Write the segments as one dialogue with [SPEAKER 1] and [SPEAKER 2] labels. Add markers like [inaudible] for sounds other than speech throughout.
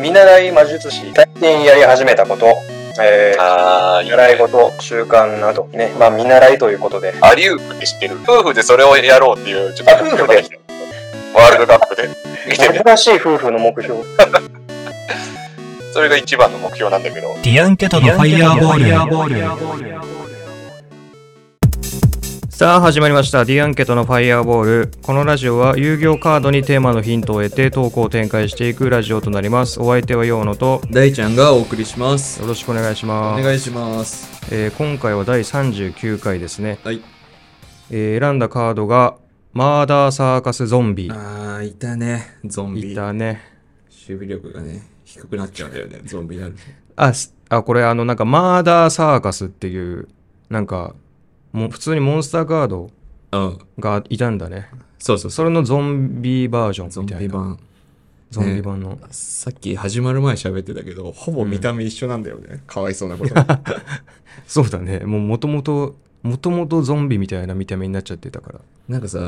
[SPEAKER 1] 見習い魔術師、最近やり始めたこと、えー、
[SPEAKER 2] ああ、い
[SPEAKER 1] 見
[SPEAKER 2] い
[SPEAKER 1] 習い
[SPEAKER 2] ね。
[SPEAKER 1] 事、習慣など、ね、まあ見習いということで、
[SPEAKER 2] アリウープって知ってる夫婦でそれをやろうっていう、ちょっ
[SPEAKER 1] あ
[SPEAKER 2] と
[SPEAKER 1] 夫婦で
[SPEAKER 2] 目標がきたワールドカップで。見てね。
[SPEAKER 1] 珍しい夫婦の目標。
[SPEAKER 2] それが一番の目標なんだけど。
[SPEAKER 3] ディアンケトのファイヤーボール。
[SPEAKER 4] さあ始まりました「ディアンケトのファイヤーボール」このラジオは遊戯王カードにテーマのヒントを得て投稿を展開していくラジオとなりますお相手は陽野と
[SPEAKER 5] 大ちゃんがお送りします
[SPEAKER 4] よ。ろしくお願いし
[SPEAKER 5] お
[SPEAKER 4] ます
[SPEAKER 5] 願いします。
[SPEAKER 4] えー今回は第39回ですね、
[SPEAKER 5] はい。
[SPEAKER 4] えー選んだカードがマーダーサーカスゾンビ
[SPEAKER 5] あー、いたね。ゾンビ。
[SPEAKER 4] いたね
[SPEAKER 5] 守備力がね、低くなっちゃうんだよね。 [laughs] ゾンビになると。
[SPEAKER 4] あすあこれあのなんかマーダーサーカスっていうなんかもう普通にモンスターカード
[SPEAKER 5] うん。
[SPEAKER 4] がいたんだね
[SPEAKER 5] そうそう
[SPEAKER 4] それのゾンビバージョン
[SPEAKER 5] ゾン
[SPEAKER 4] みたい
[SPEAKER 5] ビ
[SPEAKER 4] な
[SPEAKER 5] 版。
[SPEAKER 4] ゾンビ版の、
[SPEAKER 5] さっき始まる前喋ってたけど、ほぼ見た目一緒なんだよね。かわいそうな [laughs] ことに。
[SPEAKER 4] そうだね。もうもともと、もともとゾンビみたいな見た目になっちゃってたか
[SPEAKER 5] なんかさ、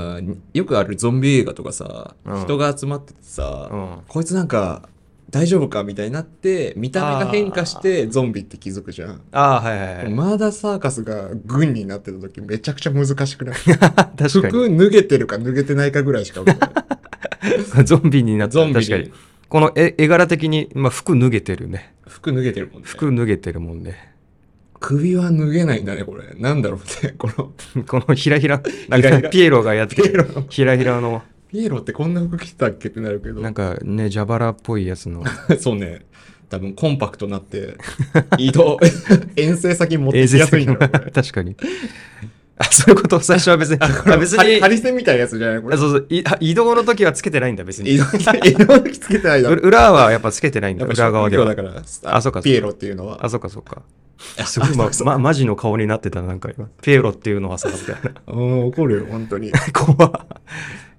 [SPEAKER 5] よくあるゾンビ映画とかさ、
[SPEAKER 4] うん
[SPEAKER 5] 人が集まっててさ、
[SPEAKER 4] ら。うん。
[SPEAKER 5] こいつなんか大丈夫かみたいになって、見た目が変化してゾンビって気づくじゃん。
[SPEAKER 4] ああ、はいはいはい。
[SPEAKER 5] マーダーサーカスが軍になってた時めちゃくちゃ難しくない
[SPEAKER 4] 確か
[SPEAKER 5] 服
[SPEAKER 4] に。
[SPEAKER 5] 脱げてるか脱げてないかぐらいしか [laughs] 分かんない
[SPEAKER 4] [laughs] ゾンビになった。
[SPEAKER 5] ゾンビに
[SPEAKER 4] 確かに。この絵絵柄的に、まあ、服脱げてるね。
[SPEAKER 5] 服脱げてるもんね
[SPEAKER 4] 服脱げてるもんね。 [laughs]
[SPEAKER 5] 首は脱げないんだねこれなんだろう [laughs] ねこの
[SPEAKER 4] このひらひら、なん
[SPEAKER 5] ひら
[SPEAKER 4] か
[SPEAKER 5] ひら
[SPEAKER 4] ピエロがやって
[SPEAKER 5] ピエ
[SPEAKER 4] る。
[SPEAKER 5] ロの
[SPEAKER 4] ひらひらの、
[SPEAKER 5] ピエロってこんな服着てたっけってなるけど
[SPEAKER 4] なんかね、蛇腹っぽいやつの
[SPEAKER 5] [laughs] そうね多分コンパクトに
[SPEAKER 4] [laughs]
[SPEAKER 5] なって移動 [laughs] 遠征先に持って
[SPEAKER 4] 映
[SPEAKER 5] き
[SPEAKER 4] 像
[SPEAKER 5] やすいんだろうこれ
[SPEAKER 4] [laughs] 確かに。あ、そういうこと、最初は別に。あ別
[SPEAKER 5] ハリハ
[SPEAKER 4] に。
[SPEAKER 5] リセンみたいなやつじゃないこ
[SPEAKER 4] あ
[SPEAKER 5] れ
[SPEAKER 4] そうそういあ移動の時はつけてないんだ、別
[SPEAKER 5] 移
[SPEAKER 4] に。 [laughs]
[SPEAKER 5] 動 [laughs] 移動着つけてないだ
[SPEAKER 4] う
[SPEAKER 5] ろ
[SPEAKER 4] 裏はやっぱつけてないんだ、
[SPEAKER 5] やっぱ
[SPEAKER 4] 裏側では
[SPEAKER 5] 職。業だから
[SPEAKER 4] あそうか
[SPEAKER 5] ピエロっていうのは
[SPEAKER 4] あ、そっかそっか。すごい、ま、ま、マジの顔になってた、なんか今。ピエロっていうのはさ、みたい
[SPEAKER 5] [laughs]
[SPEAKER 4] な。
[SPEAKER 5] うん怒るよ本
[SPEAKER 4] [laughs]
[SPEAKER 5] 当に
[SPEAKER 4] 怖っ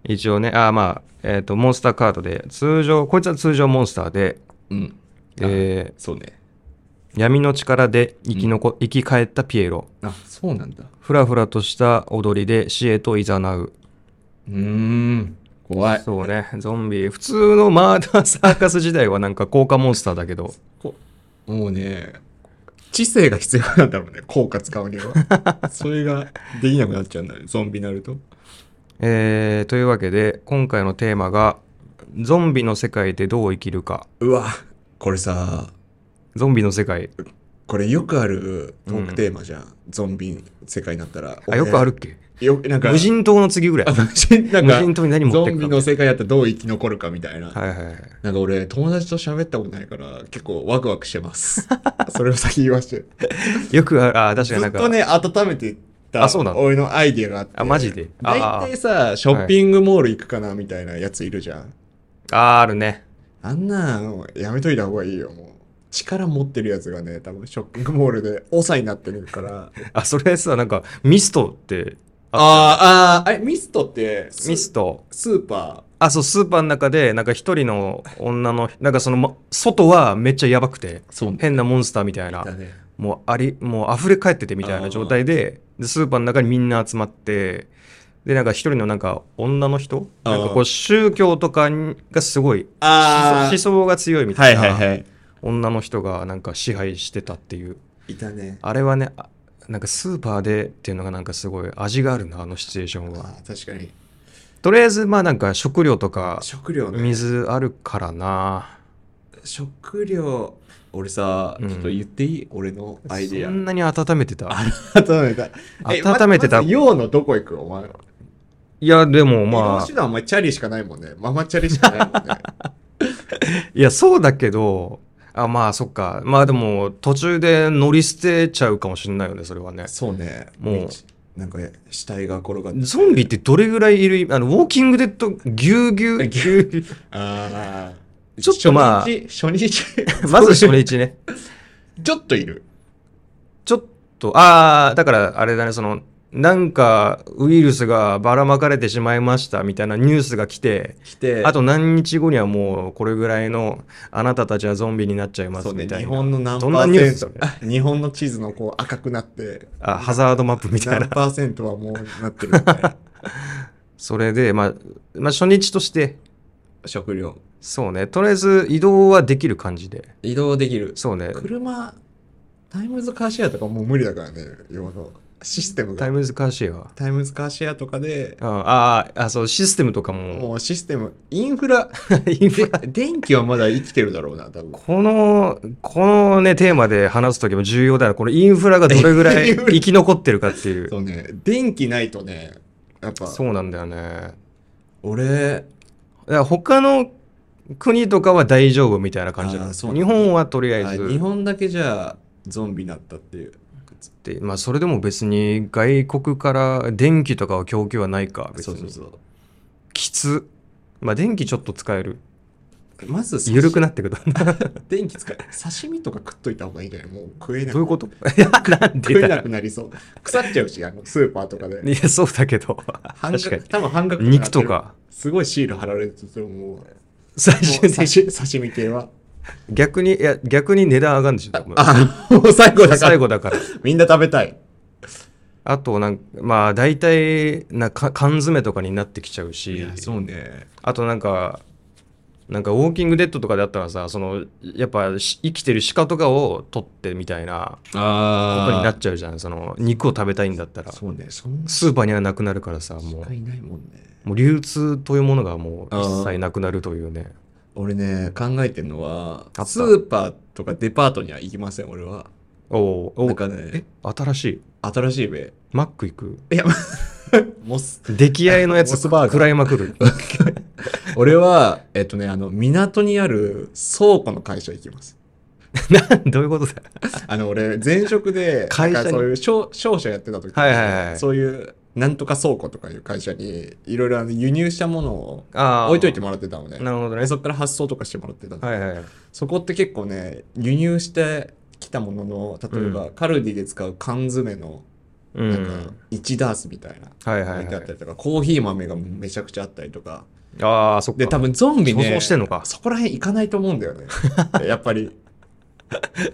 [SPEAKER 4] 一応ね、あまあ、えっ、と、モンスターカードで、通常、こいつは通常モンスターで、
[SPEAKER 5] うん
[SPEAKER 4] え
[SPEAKER 5] そうね
[SPEAKER 4] ー闇の力で生き残、生き返ったピエロ。
[SPEAKER 5] あそうなんだ
[SPEAKER 4] ふらふらとした踊りで死へと誘う。
[SPEAKER 5] うーん怖い
[SPEAKER 4] そうね、ゾンビ。普通のマーダ [laughs] ーサーカス時代はなんか効果モンスターだけど、
[SPEAKER 5] もうね、知性が必要なんだろうね、効果使う
[SPEAKER 4] [laughs]
[SPEAKER 5] には。それができなくなっちゃうんだよ、ゾンビになると。
[SPEAKER 4] えーというわけで、今回のテーマが、ゾンビの世界でどう生きるか。
[SPEAKER 5] うわ、これさ、
[SPEAKER 4] ゾンビの世界。
[SPEAKER 5] これよくあるトークテーマじゃん。ゾンビ世界になったら。
[SPEAKER 4] あ、
[SPEAKER 5] 俺
[SPEAKER 4] よくあるっけ
[SPEAKER 5] よなんか、
[SPEAKER 4] 無人島の次ぐら
[SPEAKER 5] あ
[SPEAKER 4] い。
[SPEAKER 5] 無人 [laughs] なん
[SPEAKER 4] 無
[SPEAKER 5] か
[SPEAKER 4] 人島に何持っ
[SPEAKER 5] ゾ
[SPEAKER 4] てく
[SPEAKER 5] ン
[SPEAKER 4] か
[SPEAKER 5] ビの世界やったらどう生き残るかみたいな。
[SPEAKER 4] はいはいはい。
[SPEAKER 5] なんか俺、友達と喋ったことないから、結構ワクワクして
[SPEAKER 4] [laughs]
[SPEAKER 5] ます。それを先言わして。
[SPEAKER 4] よくある、あ、確かに
[SPEAKER 5] ず
[SPEAKER 4] なん
[SPEAKER 5] っ
[SPEAKER 4] か。
[SPEAKER 5] とね、温めてた
[SPEAKER 4] あそうなの
[SPEAKER 5] 俺のアイディアがあって。
[SPEAKER 4] あマジであ
[SPEAKER 5] 大体さ、ショッピングモール行くかなみたいなやついるじゃん。
[SPEAKER 4] あー、あるね。
[SPEAKER 5] あんなのやめといた方がいいよ、もう。力持ってるやつがね、多分ショッピングモールで長になってるから。
[SPEAKER 4] あ、それさ、なんか、ミストって、
[SPEAKER 5] あーあー、あれ、ミストって、ス
[SPEAKER 4] ミスト。
[SPEAKER 5] スーパ
[SPEAKER 4] あ、そう、スーパーの中で、なんか一人の女の、なんかその、ま外はめっちゃやばくて、
[SPEAKER 5] ー。そう
[SPEAKER 4] 変なモンスターみたいな、
[SPEAKER 5] だね。
[SPEAKER 4] もうあり、もう溢れ返っててみたいな状態で、でスーパーの中にみんな集まって、で、なんか一人のなんか女の人
[SPEAKER 5] あー
[SPEAKER 4] なんかこう宗教とかにがすごい、
[SPEAKER 5] あ
[SPEAKER 4] 思
[SPEAKER 5] ー。
[SPEAKER 4] 想が強いみ
[SPEAKER 5] は
[SPEAKER 4] た
[SPEAKER 5] い
[SPEAKER 4] いな、
[SPEAKER 5] はいはい。
[SPEAKER 4] 女の人がなんか支配してたっていう
[SPEAKER 5] いたね。
[SPEAKER 4] あれはね、あなんかスーパーでっていうのがなんかすごい味があるな、あのシチュエーションは。
[SPEAKER 5] あー確かに。
[SPEAKER 4] とりあえず、まあなんか食料とか
[SPEAKER 5] 食料ね。
[SPEAKER 4] 水あるからな。
[SPEAKER 5] 食料。俺さ、
[SPEAKER 4] うん
[SPEAKER 5] ちょっと言っていい俺のアイディ
[SPEAKER 4] そ
[SPEAKER 5] ア。
[SPEAKER 4] んなに温めてた。
[SPEAKER 5] 温めた。え
[SPEAKER 4] 温めてた
[SPEAKER 5] ままず用のどこ行くお前。
[SPEAKER 4] いや、でも
[SPEAKER 5] ま
[SPEAKER 4] ま
[SPEAKER 5] あ。
[SPEAKER 4] あ
[SPEAKER 5] 手、段はお前チャリしかないもんね。ママチャリしかないもんね。
[SPEAKER 4] いや、そうだけど、あ、まあそっか。まあでも、途中で乗り捨てちゃうかもしれないよね、それはね。
[SPEAKER 5] [laughs] そうね。
[SPEAKER 4] もう
[SPEAKER 5] なんか死体が転がって。
[SPEAKER 4] ゾンビってどれぐらいいるあの、ウォーキングデッド、ぎゅうぎゅう、ぎゅうぎゅ
[SPEAKER 5] [laughs] ああ。
[SPEAKER 4] ちょっとまあ
[SPEAKER 5] 初日、初日 [laughs]
[SPEAKER 4] う。まず初日ね。
[SPEAKER 5] ちょっといる。
[SPEAKER 4] ちょっと、ああ、だからあれだね、その、なんかウイルスがばらまかれてしまいましたみたいなニュースが来て、
[SPEAKER 5] 来て、
[SPEAKER 4] あと何日後にはもうこれぐらいのあなたたちはゾンビになっちゃいま
[SPEAKER 5] そ
[SPEAKER 4] す
[SPEAKER 5] うね、
[SPEAKER 4] みたい
[SPEAKER 5] 日
[SPEAKER 4] な。
[SPEAKER 5] 本の何パ
[SPEAKER 4] どんなニュー
[SPEAKER 5] ー
[SPEAKER 4] ス
[SPEAKER 5] セ
[SPEAKER 4] だ
[SPEAKER 5] ント、日本の地図のこう赤くなって、
[SPEAKER 4] あ、ハザードマップみたい
[SPEAKER 5] 何
[SPEAKER 4] な。
[SPEAKER 5] パーセントはもうなってるみたいな。
[SPEAKER 4] それで、まあ、まあ、初日として
[SPEAKER 5] [laughs] 食料。
[SPEAKER 4] そうね。とりあえず移動はできる感じで。
[SPEAKER 5] 移動できる。
[SPEAKER 4] そうね。
[SPEAKER 5] 車、タイムズカーシェアとかもう無理だからね、要はシステム
[SPEAKER 4] タイ
[SPEAKER 5] が。
[SPEAKER 4] ムズカーシェアは。
[SPEAKER 5] タイムズカーシェアとかで、
[SPEAKER 4] うんあーあ、そう、システムとかも、
[SPEAKER 5] もうシステム、インフラ、
[SPEAKER 4] インフラ
[SPEAKER 5] で [laughs] 電気はまだ生きてるだろうな、多分。
[SPEAKER 4] この、このね、テーマで話すときも重要だな。このインフラがどれぐら
[SPEAKER 5] [laughs] イ
[SPEAKER 4] い
[SPEAKER 5] ンフラ
[SPEAKER 4] 生き残ってるかっていう。
[SPEAKER 5] そうね、電気ないとね、やっぱ、
[SPEAKER 4] そうなんだよね。
[SPEAKER 5] 俺、
[SPEAKER 4] だから他の国とかは大丈夫みたいな感じな
[SPEAKER 5] あ
[SPEAKER 4] の
[SPEAKER 5] ーそうなん
[SPEAKER 4] 日
[SPEAKER 5] だ
[SPEAKER 4] 本はとりあえ
[SPEAKER 5] あ
[SPEAKER 4] ず
[SPEAKER 5] 日本だけじゃゾンビになったっていう。
[SPEAKER 4] ってまあ、それでも別に外国から電気とかは供給はないか別
[SPEAKER 5] そう
[SPEAKER 4] に
[SPEAKER 5] そうそう。
[SPEAKER 4] きつまあ電気ちょっと使える
[SPEAKER 5] まず、
[SPEAKER 4] 緩くなってく
[SPEAKER 5] [laughs]
[SPEAKER 4] る
[SPEAKER 5] 電気使え、刺身とか食っといた方がいいんじゃないもう食えな
[SPEAKER 4] どういう
[SPEAKER 5] く
[SPEAKER 4] こといやなんで
[SPEAKER 5] 食え
[SPEAKER 4] だ
[SPEAKER 5] な
[SPEAKER 4] よ
[SPEAKER 5] くなりそう。腐っちゃうし、あの、スーパーとかで。
[SPEAKER 4] いや [laughs] そうだけど
[SPEAKER 5] [laughs] 半
[SPEAKER 4] 確かに
[SPEAKER 5] 額、多分半額になって
[SPEAKER 4] 肉
[SPEAKER 5] る
[SPEAKER 4] と。か
[SPEAKER 5] すごいシール貼られてて、もう、も
[SPEAKER 4] 最
[SPEAKER 5] う
[SPEAKER 4] 終的に
[SPEAKER 5] [laughs] 刺刺身系は。
[SPEAKER 4] 逆にいや逆に値段上がるんでしょ多分
[SPEAKER 5] あ、 [laughs] もう最後だか
[SPEAKER 4] 最
[SPEAKER 5] ら。
[SPEAKER 4] 後だから
[SPEAKER 5] みんな食べたい。
[SPEAKER 4] あとなんかまあ大体なか缶詰とかになってきちゃうし
[SPEAKER 5] そうね。
[SPEAKER 4] あとなんか、なんかウォーキングデッドとかであったらさ、そのやっぱし生きてる鹿とかを取ってみたいなことにな
[SPEAKER 5] あ
[SPEAKER 4] っちゃうじゃん、その肉を食べたいんだったら。ス
[SPEAKER 5] そうね。そんな
[SPEAKER 4] ーパーにはなくなるからさ、もう
[SPEAKER 5] いないもんね。
[SPEAKER 4] もう流通というものがもう一切なくなるというね。
[SPEAKER 5] 俺ね、考えてるのは
[SPEAKER 4] あっ、た
[SPEAKER 5] スーパーとかデパートには行きません、俺は。
[SPEAKER 4] おお
[SPEAKER 5] な
[SPEAKER 4] お
[SPEAKER 5] んかね、
[SPEAKER 4] お新しい。
[SPEAKER 5] 新しいべ。
[SPEAKER 4] マック行く。
[SPEAKER 5] モス、
[SPEAKER 4] 出来合いのやつ
[SPEAKER 5] モスバーガー
[SPEAKER 4] 食らいまく
[SPEAKER 5] [laughs]
[SPEAKER 4] る。
[SPEAKER 5] 俺は、えっとね、あの、港にある倉庫の会社行きます。
[SPEAKER 4] どういうことだよ。
[SPEAKER 5] あの、俺、前職で、
[SPEAKER 4] 会社に
[SPEAKER 5] なんかそういう商、商社やってた時に
[SPEAKER 4] はいはいはい
[SPEAKER 5] そういう、なんとか倉庫とかいう会社に、いろいろあの輸入したものを
[SPEAKER 4] あー
[SPEAKER 5] 置いといてもらってたのね。
[SPEAKER 4] なるほどね
[SPEAKER 5] で。そこから発送とかしてもらってたの
[SPEAKER 4] はいはい。
[SPEAKER 5] そこって結構ね、輸入してきたものの、例えば、カルディで使う缶詰の、
[SPEAKER 4] う
[SPEAKER 5] なんか
[SPEAKER 4] ん。
[SPEAKER 5] 1ダースみたいな、
[SPEAKER 4] はいはい
[SPEAKER 5] 置いてあ
[SPEAKER 4] は
[SPEAKER 5] った
[SPEAKER 4] い。
[SPEAKER 5] りとか、コーヒー豆がめちゃくちゃあったりとか。
[SPEAKER 4] ああ、そっか。
[SPEAKER 5] で、多分ゾンビ
[SPEAKER 4] 想像
[SPEAKER 5] ね、
[SPEAKER 4] してんのか
[SPEAKER 5] そこら辺行かないと思うんだ
[SPEAKER 4] [laughs]
[SPEAKER 5] よね。やっぱり。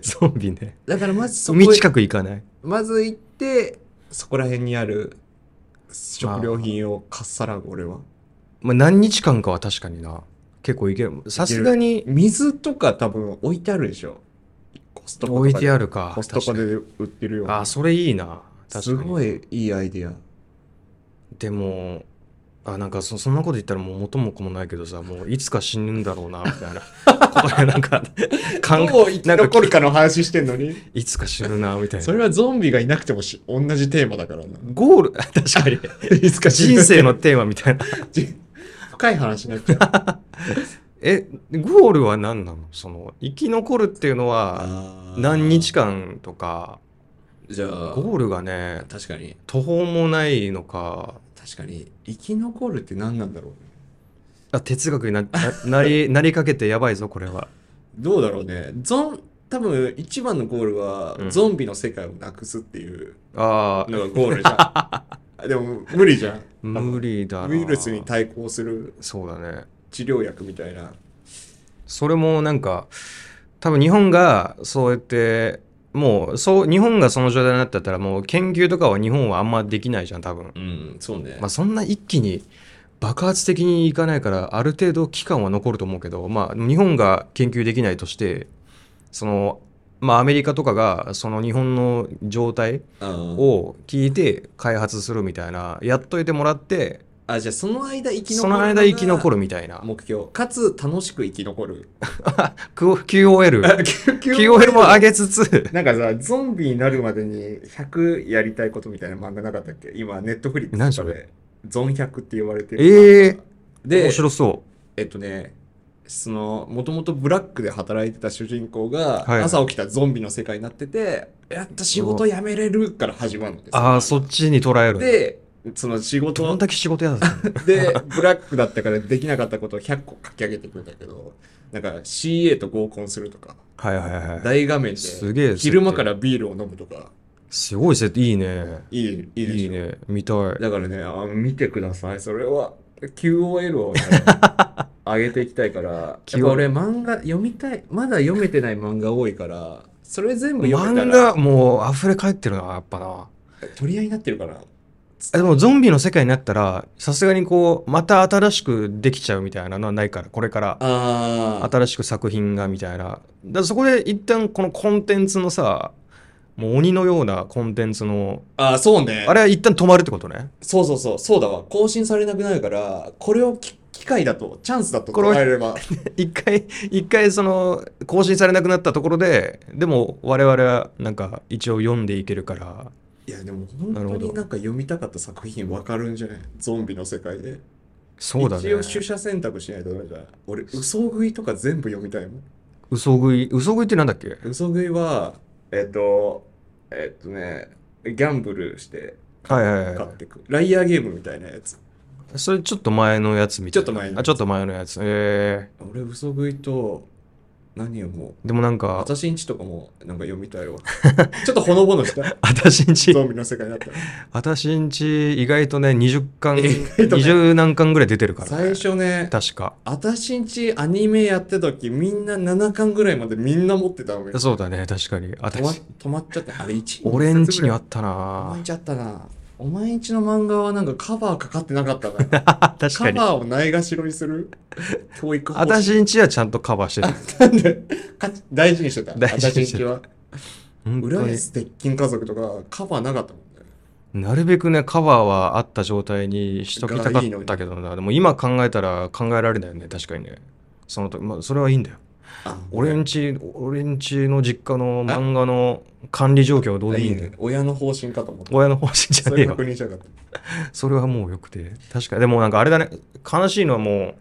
[SPEAKER 4] ゾンビね。
[SPEAKER 5] だからまずそこへ
[SPEAKER 4] 海近く行かない。
[SPEAKER 5] まず行って、そこら辺にある食料品をかっさらう、俺は。
[SPEAKER 4] まあ、何日間かは確かにな。結構いける。さすがに
[SPEAKER 5] 水とか多分置いてあるでしょ。コストコとか
[SPEAKER 4] 置い
[SPEAKER 5] で
[SPEAKER 4] てあるか。
[SPEAKER 5] コストコで売ってる
[SPEAKER 4] 確か
[SPEAKER 5] よう
[SPEAKER 4] に
[SPEAKER 5] な。
[SPEAKER 4] あ、それいいな。
[SPEAKER 5] すご
[SPEAKER 4] い。
[SPEAKER 5] いいいアイディア。
[SPEAKER 4] でも、あ、なんかそそんなこと言ったらもう元も子もないけどさ、もういつか死ぬんだろうな、みたいな。これなん [laughs] か、考
[SPEAKER 5] どう生
[SPEAKER 4] え、
[SPEAKER 5] き
[SPEAKER 4] なんか
[SPEAKER 5] 残るかの話してんのに。
[SPEAKER 4] いつか死ぬな、みたい
[SPEAKER 5] [laughs] そ
[SPEAKER 4] な。
[SPEAKER 5] れはゾンビがいなくてもし同じテーマだからな。
[SPEAKER 4] ゴール、確かに。
[SPEAKER 5] いつか死ぬ
[SPEAKER 4] 人
[SPEAKER 5] [laughs]
[SPEAKER 4] 生のテーマみたいな。
[SPEAKER 5] 人深い話になっちゃう。
[SPEAKER 4] え、ゴールは何なのその、生き残るっていうのは、何日
[SPEAKER 5] か。
[SPEAKER 4] 間とか、
[SPEAKER 5] じゃあ、
[SPEAKER 4] ゴールがね、
[SPEAKER 5] 確かに、
[SPEAKER 4] 途方もないのか、
[SPEAKER 5] 確かに、生き残るって何なんだろうね。
[SPEAKER 4] あ哲学になななり [laughs] なりかけてやばいぞこれは
[SPEAKER 5] どうだろうね。ゾン、多分一番のゴールは、
[SPEAKER 4] うん
[SPEAKER 5] ゾンビの世界をなくすっていう
[SPEAKER 4] ああ
[SPEAKER 5] のがゴー [laughs] ルじゃん。でも、無理じゃん。
[SPEAKER 4] 無理だな
[SPEAKER 5] ウイルスに対抗する
[SPEAKER 4] そうだね
[SPEAKER 5] 治療薬みたいな。
[SPEAKER 4] それもなんか多分日本がそうやってもうそう日本がその状態になってたらもう研究とかは日本はあんまできないじゃん多分、
[SPEAKER 5] うん、そうね
[SPEAKER 4] まあ、そんな一気に爆発的にいかないからある程度期間は残ると思うけどまあ日本が研究できないとしてそのまあアメリカとかがその日本の状態
[SPEAKER 5] うん
[SPEAKER 4] を聞いて開発するみたいなやっといてもらって
[SPEAKER 5] あ、じゃあその間生き残
[SPEAKER 4] そ
[SPEAKER 5] る。
[SPEAKER 4] の間生き残る。みたいな
[SPEAKER 5] 目標。かつ、楽しく生き残る。 [laughs]
[SPEAKER 4] QOLQOL も上げつつ
[SPEAKER 5] なんかさ、ゾンビになるまでに100やりたいことみたいな漫画なかったっけ今、ネットフリック
[SPEAKER 4] 何
[SPEAKER 5] ス
[SPEAKER 4] そ
[SPEAKER 5] とか
[SPEAKER 4] れ
[SPEAKER 5] で、ゾン100って言われて
[SPEAKER 4] ええ
[SPEAKER 5] で
[SPEAKER 4] 面、白そ
[SPEAKER 5] えっとね、その、もともとブラックで働いてた主人公が、
[SPEAKER 4] はい
[SPEAKER 5] 朝起きたらゾンビの世界になってて、やっと仕事辞めれるから始まるので
[SPEAKER 4] うああそっちに捉える
[SPEAKER 5] で、その仕
[SPEAKER 4] ど
[SPEAKER 5] 事
[SPEAKER 4] んだけ仕事や
[SPEAKER 5] [laughs]
[SPEAKER 4] だ
[SPEAKER 5] で、ブラックだったからできなかったことを100個書き上げていくんだけど、なんか CA と合コンするとか、
[SPEAKER 4] はいはいはい
[SPEAKER 5] 大画面
[SPEAKER 4] す
[SPEAKER 5] で
[SPEAKER 4] げえ
[SPEAKER 5] 昼間からビールを飲むとか、
[SPEAKER 4] すごいセットいいね
[SPEAKER 5] いい、いいでしょ
[SPEAKER 4] いいね見たい
[SPEAKER 5] だからね、あ見てください。それは QOL
[SPEAKER 4] [laughs]
[SPEAKER 5] を、ね、上げていきたいから、やっぱ
[SPEAKER 4] QOL
[SPEAKER 5] 俺漫画読みたい、まだ読めてない漫画多いから、それ全部読めた
[SPEAKER 4] 漫
[SPEAKER 5] ら
[SPEAKER 4] 画もう溢れ返ってるなやっぱな
[SPEAKER 5] 取り合いになってるから、
[SPEAKER 4] あでもゾンビの世界になったらさすがにこうまた新しくできちゃうみたいなのはないからこれから
[SPEAKER 5] ああ。
[SPEAKER 4] 新しく作品がみたいなだからそこで一旦このコンテンツのさもう鬼のようなコンテンツの
[SPEAKER 5] ああ、そうね。
[SPEAKER 4] あれは一旦止まるってことね
[SPEAKER 5] そうそうそう、そうだわ。更新されなくなるから、これをき機会だと、チャンスだと
[SPEAKER 4] これを
[SPEAKER 5] 捉え
[SPEAKER 4] [laughs]
[SPEAKER 5] れば。
[SPEAKER 4] 一回一回その更新されなくなったところででも我々はなんか一応読んでいけるから
[SPEAKER 5] いや、でも本当
[SPEAKER 4] なるほど
[SPEAKER 5] になんか読みたかった作品わかるんじゃないゾンビの世界で。
[SPEAKER 4] そうだね
[SPEAKER 5] 一応取捨選択しないとダメじゃない俺、嘘食いとか全部読みたいもん。
[SPEAKER 4] 嘘食い嘘食いってなんだっけ
[SPEAKER 5] 嘘食いは、えっと、えっとね、ギャンブルして
[SPEAKER 4] はいはいは
[SPEAKER 5] 買っ
[SPEAKER 4] い
[SPEAKER 5] てく。ライアーゲームみたいなやつ。
[SPEAKER 4] それちょっと前のやつみたいな
[SPEAKER 5] ちょっと前のやつ
[SPEAKER 4] あちょっと前のやつえ
[SPEAKER 5] 俺、嘘食いと、何をも
[SPEAKER 4] ー、でもなん
[SPEAKER 5] う、
[SPEAKER 4] か
[SPEAKER 5] 私んちとかもなんか読みたいわ。 [laughs] ちょっとほのぼ
[SPEAKER 4] [laughs]
[SPEAKER 5] のした。
[SPEAKER 4] 私んち
[SPEAKER 5] ゾンビの世界だったら。
[SPEAKER 4] 私んち意外とね20巻
[SPEAKER 5] 意外とね
[SPEAKER 4] 20何巻ぐらい出てるから、
[SPEAKER 5] 最初ね、
[SPEAKER 4] 確か
[SPEAKER 5] 私んちアニメやってた時みんな7巻ぐらいまでみんな持ってたのよ。
[SPEAKER 4] そうだね確かに
[SPEAKER 5] 止ま
[SPEAKER 4] 私
[SPEAKER 5] 止まっちゃって、あれ1
[SPEAKER 4] 俺んちにあ
[SPEAKER 5] っ
[SPEAKER 4] った
[SPEAKER 5] た。お
[SPEAKER 4] な
[SPEAKER 5] 前んちあったな。お前んちの漫画はなんかカバーかかってなかったな。
[SPEAKER 4] [laughs] 確
[SPEAKER 5] カ
[SPEAKER 4] かに
[SPEAKER 5] バーをないがしろにする教育方針
[SPEAKER 4] 私んちはちゃんとカバーしてた
[SPEAKER 5] [laughs] なんでか大事にしてた。
[SPEAKER 4] 大事にして
[SPEAKER 5] 私んちは。
[SPEAKER 4] 本
[SPEAKER 5] 浦
[SPEAKER 4] 当に
[SPEAKER 5] 安鉄筋家族とかカバーなかったもんね。
[SPEAKER 4] なるべくねカバーはあった状態にしときたかったけどなでも今考えたら考えられないよね確かにねその時まあそれはいいんだよ
[SPEAKER 5] あ、
[SPEAKER 4] 俺んち俺んちの実家の漫画の管理状況はどうでもい
[SPEAKER 5] い
[SPEAKER 4] い
[SPEAKER 5] い
[SPEAKER 4] んだよ
[SPEAKER 5] ね。親の方針かと思った。
[SPEAKER 4] 親の方針じゃ
[SPEAKER 5] そ
[SPEAKER 4] ねえ
[SPEAKER 5] れ
[SPEAKER 4] よ
[SPEAKER 5] 確認したかった。
[SPEAKER 4] それはもうよくて。確かに。でもなんかあれだね、悲しいのはも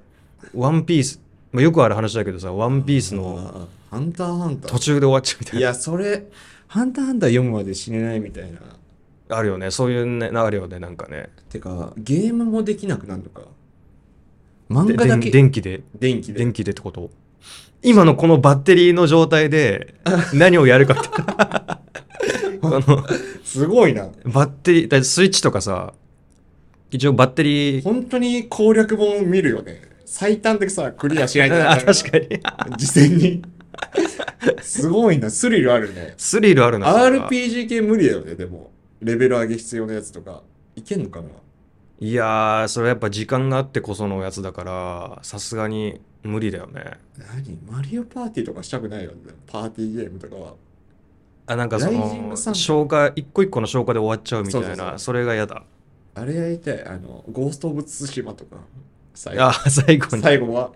[SPEAKER 4] う、ワンピース、まあ、よくある話だけどさ、ワンピースの
[SPEAKER 5] あーハンターハンター。
[SPEAKER 4] 途中で終わっちゃうみたい
[SPEAKER 5] い
[SPEAKER 4] な。
[SPEAKER 5] や、それ、ハンターハンター読むまで死ねないみたいな。
[SPEAKER 4] あるよね。そういうね、あるよね、なんかね。
[SPEAKER 5] てか、ゲームもできなくなるのか。漫
[SPEAKER 4] で
[SPEAKER 5] 画
[SPEAKER 4] で
[SPEAKER 5] だ
[SPEAKER 4] ん
[SPEAKER 5] け、
[SPEAKER 4] 電気で、
[SPEAKER 5] 電気で。
[SPEAKER 4] 電気でってこと今のこのバッテリーの状態
[SPEAKER 5] [laughs]
[SPEAKER 4] で何をやるかって。この
[SPEAKER 5] すごいな。
[SPEAKER 4] バッテリー、だってスイッチとかさ、一応バッテリー、
[SPEAKER 5] 本当に攻略本見るよね。最短でさ、クリアしないと
[SPEAKER 4] [laughs] あ確かに。
[SPEAKER 5] に。事前
[SPEAKER 4] [laughs]
[SPEAKER 5] に。すごいな、スリルあるね。
[SPEAKER 4] スリルあるな。それは
[SPEAKER 5] RPG 系無理だよね、でも。レベル上げ必要なやつとか。いけんのかない
[SPEAKER 4] やー、それはやっぱ時間があってこそのやつだから、さすがに無理だよね。
[SPEAKER 5] 何マリオパーティーとかしたくないよね。パーティーゲームとかは。
[SPEAKER 4] あなんかそ
[SPEAKER 5] ライジン
[SPEAKER 4] の
[SPEAKER 5] グサンダー
[SPEAKER 4] 消化一個一個の消化で終わっちゃうみたいなそ
[SPEAKER 5] そ
[SPEAKER 4] う
[SPEAKER 5] そうそう
[SPEAKER 4] れが嫌だ
[SPEAKER 5] あれやりたい。あの、ゴースト・オブ・ツシマとか。最後
[SPEAKER 4] あ最後に
[SPEAKER 5] 最後は。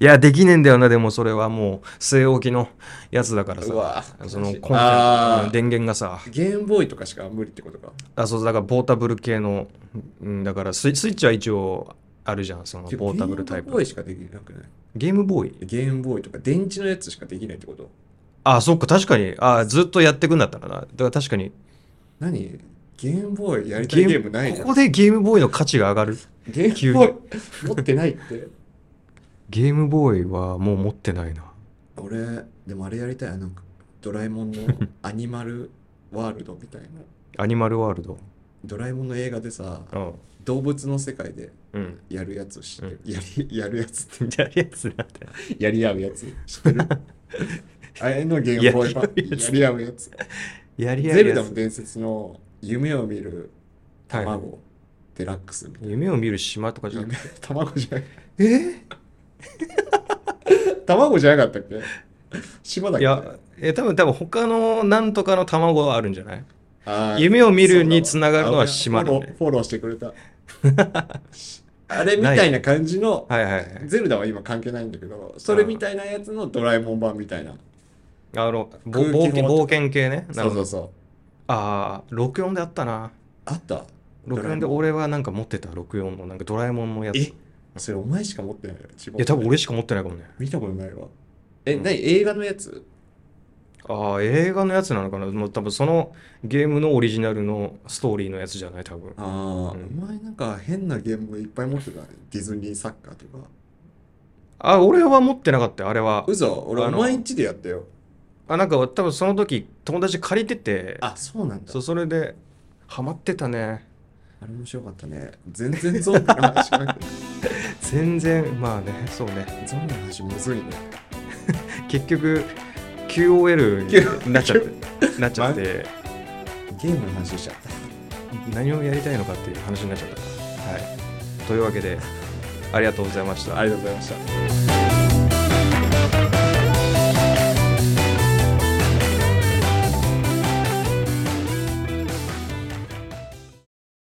[SPEAKER 4] いやできねえんだよなでもそれはもう据え置きのやつだから
[SPEAKER 5] う
[SPEAKER 4] さ
[SPEAKER 5] わ
[SPEAKER 4] そのコンセント
[SPEAKER 5] あ
[SPEAKER 4] うん
[SPEAKER 5] ー
[SPEAKER 4] 電源がさ
[SPEAKER 5] ゲームボーイとかしか無理ってことか。
[SPEAKER 4] あそうだからポータブル系のうんだからスイスイッチは一応あるじゃんその
[SPEAKER 5] ゲ
[SPEAKER 4] ポータブルタイ
[SPEAKER 5] ームボー
[SPEAKER 4] プ
[SPEAKER 5] イしかできなくない
[SPEAKER 4] ゲームボーイ
[SPEAKER 5] ゲームボーイとか電池のやつしかできないってこと
[SPEAKER 4] あそっか確かにあずっとやってくんだったらなだから確かに
[SPEAKER 5] 何ゲームボーイやりたいゲームない
[SPEAKER 4] こ
[SPEAKER 5] の
[SPEAKER 4] こでゲームボーイの価値が上がる
[SPEAKER 5] ゲームボーイ持ってないって。
[SPEAKER 4] ゲームボーイはもう持ってないな
[SPEAKER 5] [laughs] 俺、でもあれやりたい。あの、ドラえもん [laughs] のアニマルワールドみたいな。
[SPEAKER 4] アニマルワールド
[SPEAKER 5] ドラえもんの映画でさ、
[SPEAKER 4] うん
[SPEAKER 5] 動物の世界で
[SPEAKER 4] うん [laughs]
[SPEAKER 5] やるやつを知ってる
[SPEAKER 4] う
[SPEAKER 5] やり、やる [laughs] やつって、
[SPEAKER 4] やるやつなんて
[SPEAKER 5] やり合うやつ知って [laughs] るあれのゲームボーイ版
[SPEAKER 4] やり合うやつや
[SPEAKER 5] やり合うやつ。
[SPEAKER 4] りや
[SPEAKER 5] ゼ
[SPEAKER 4] るや
[SPEAKER 5] ルダ
[SPEAKER 4] つ
[SPEAKER 5] の伝説の夢を見る
[SPEAKER 4] はい
[SPEAKER 5] 卵、デラックスみたい
[SPEAKER 4] 夢を見る島とかじゃ
[SPEAKER 5] な
[SPEAKER 4] なくて
[SPEAKER 5] 夢 [laughs] 卵じゃない
[SPEAKER 4] え
[SPEAKER 5] 卵じゃなかったっけ島だっ
[SPEAKER 4] い
[SPEAKER 5] け
[SPEAKER 4] やえ多分多分他のなんとかの卵はあるんじゃない
[SPEAKER 5] あー
[SPEAKER 4] 夢を見るに
[SPEAKER 5] そうだわ
[SPEAKER 4] 繋がるのは島だね
[SPEAKER 5] あ俺フォローフォローしてくれた
[SPEAKER 4] [laughs]
[SPEAKER 5] あれみたいな感じの
[SPEAKER 4] はいはいはい
[SPEAKER 5] ゼルダは今関係ないんだけどそれみたいなやつのドラえもん版みたいな
[SPEAKER 4] あのぼ
[SPEAKER 5] 空気砲
[SPEAKER 4] 冒険
[SPEAKER 5] とか
[SPEAKER 4] 冒険系ねな
[SPEAKER 5] そ
[SPEAKER 4] るほ
[SPEAKER 5] うそ
[SPEAKER 4] ど
[SPEAKER 5] うそう
[SPEAKER 4] ああ64であったな
[SPEAKER 5] あった
[SPEAKER 4] 64で俺はなんか持ってた64のなんかドラえもんのやつ
[SPEAKER 5] え
[SPEAKER 4] い
[SPEAKER 5] それお前しか持ってないよ自分
[SPEAKER 4] や多分俺しか持ってないかもね
[SPEAKER 5] 見たことないわえ、
[SPEAKER 4] うん
[SPEAKER 5] 何映画のやつ
[SPEAKER 4] ああ映画のやつなのかなもう多分そのゲームのオリジナルのストーリーのやつじゃない多分
[SPEAKER 5] ああ、
[SPEAKER 4] うん
[SPEAKER 5] お前なんか変なゲームいっぱい持ってたねディズニーサッカーとか
[SPEAKER 4] あ俺は持ってなかったよあれは
[SPEAKER 5] 嘘俺
[SPEAKER 4] あ
[SPEAKER 5] お
[SPEAKER 4] の
[SPEAKER 5] 前んちでやったよ
[SPEAKER 4] あなんか多分その時友達借りてて
[SPEAKER 5] あそうなんだ
[SPEAKER 4] そうそれでハマってたね
[SPEAKER 5] あれ面白かったね全然ゾンビの話なくて
[SPEAKER 4] 全然まあねそうね
[SPEAKER 5] ゾンビの話むずいね
[SPEAKER 4] 結局 QOL になっちゃってなっちゃって
[SPEAKER 5] ゲームの話しちゃった
[SPEAKER 4] 何をやりたいのかっていう話になっちゃった。はい、というわけでありがとうございました。
[SPEAKER 5] ありがとうございました。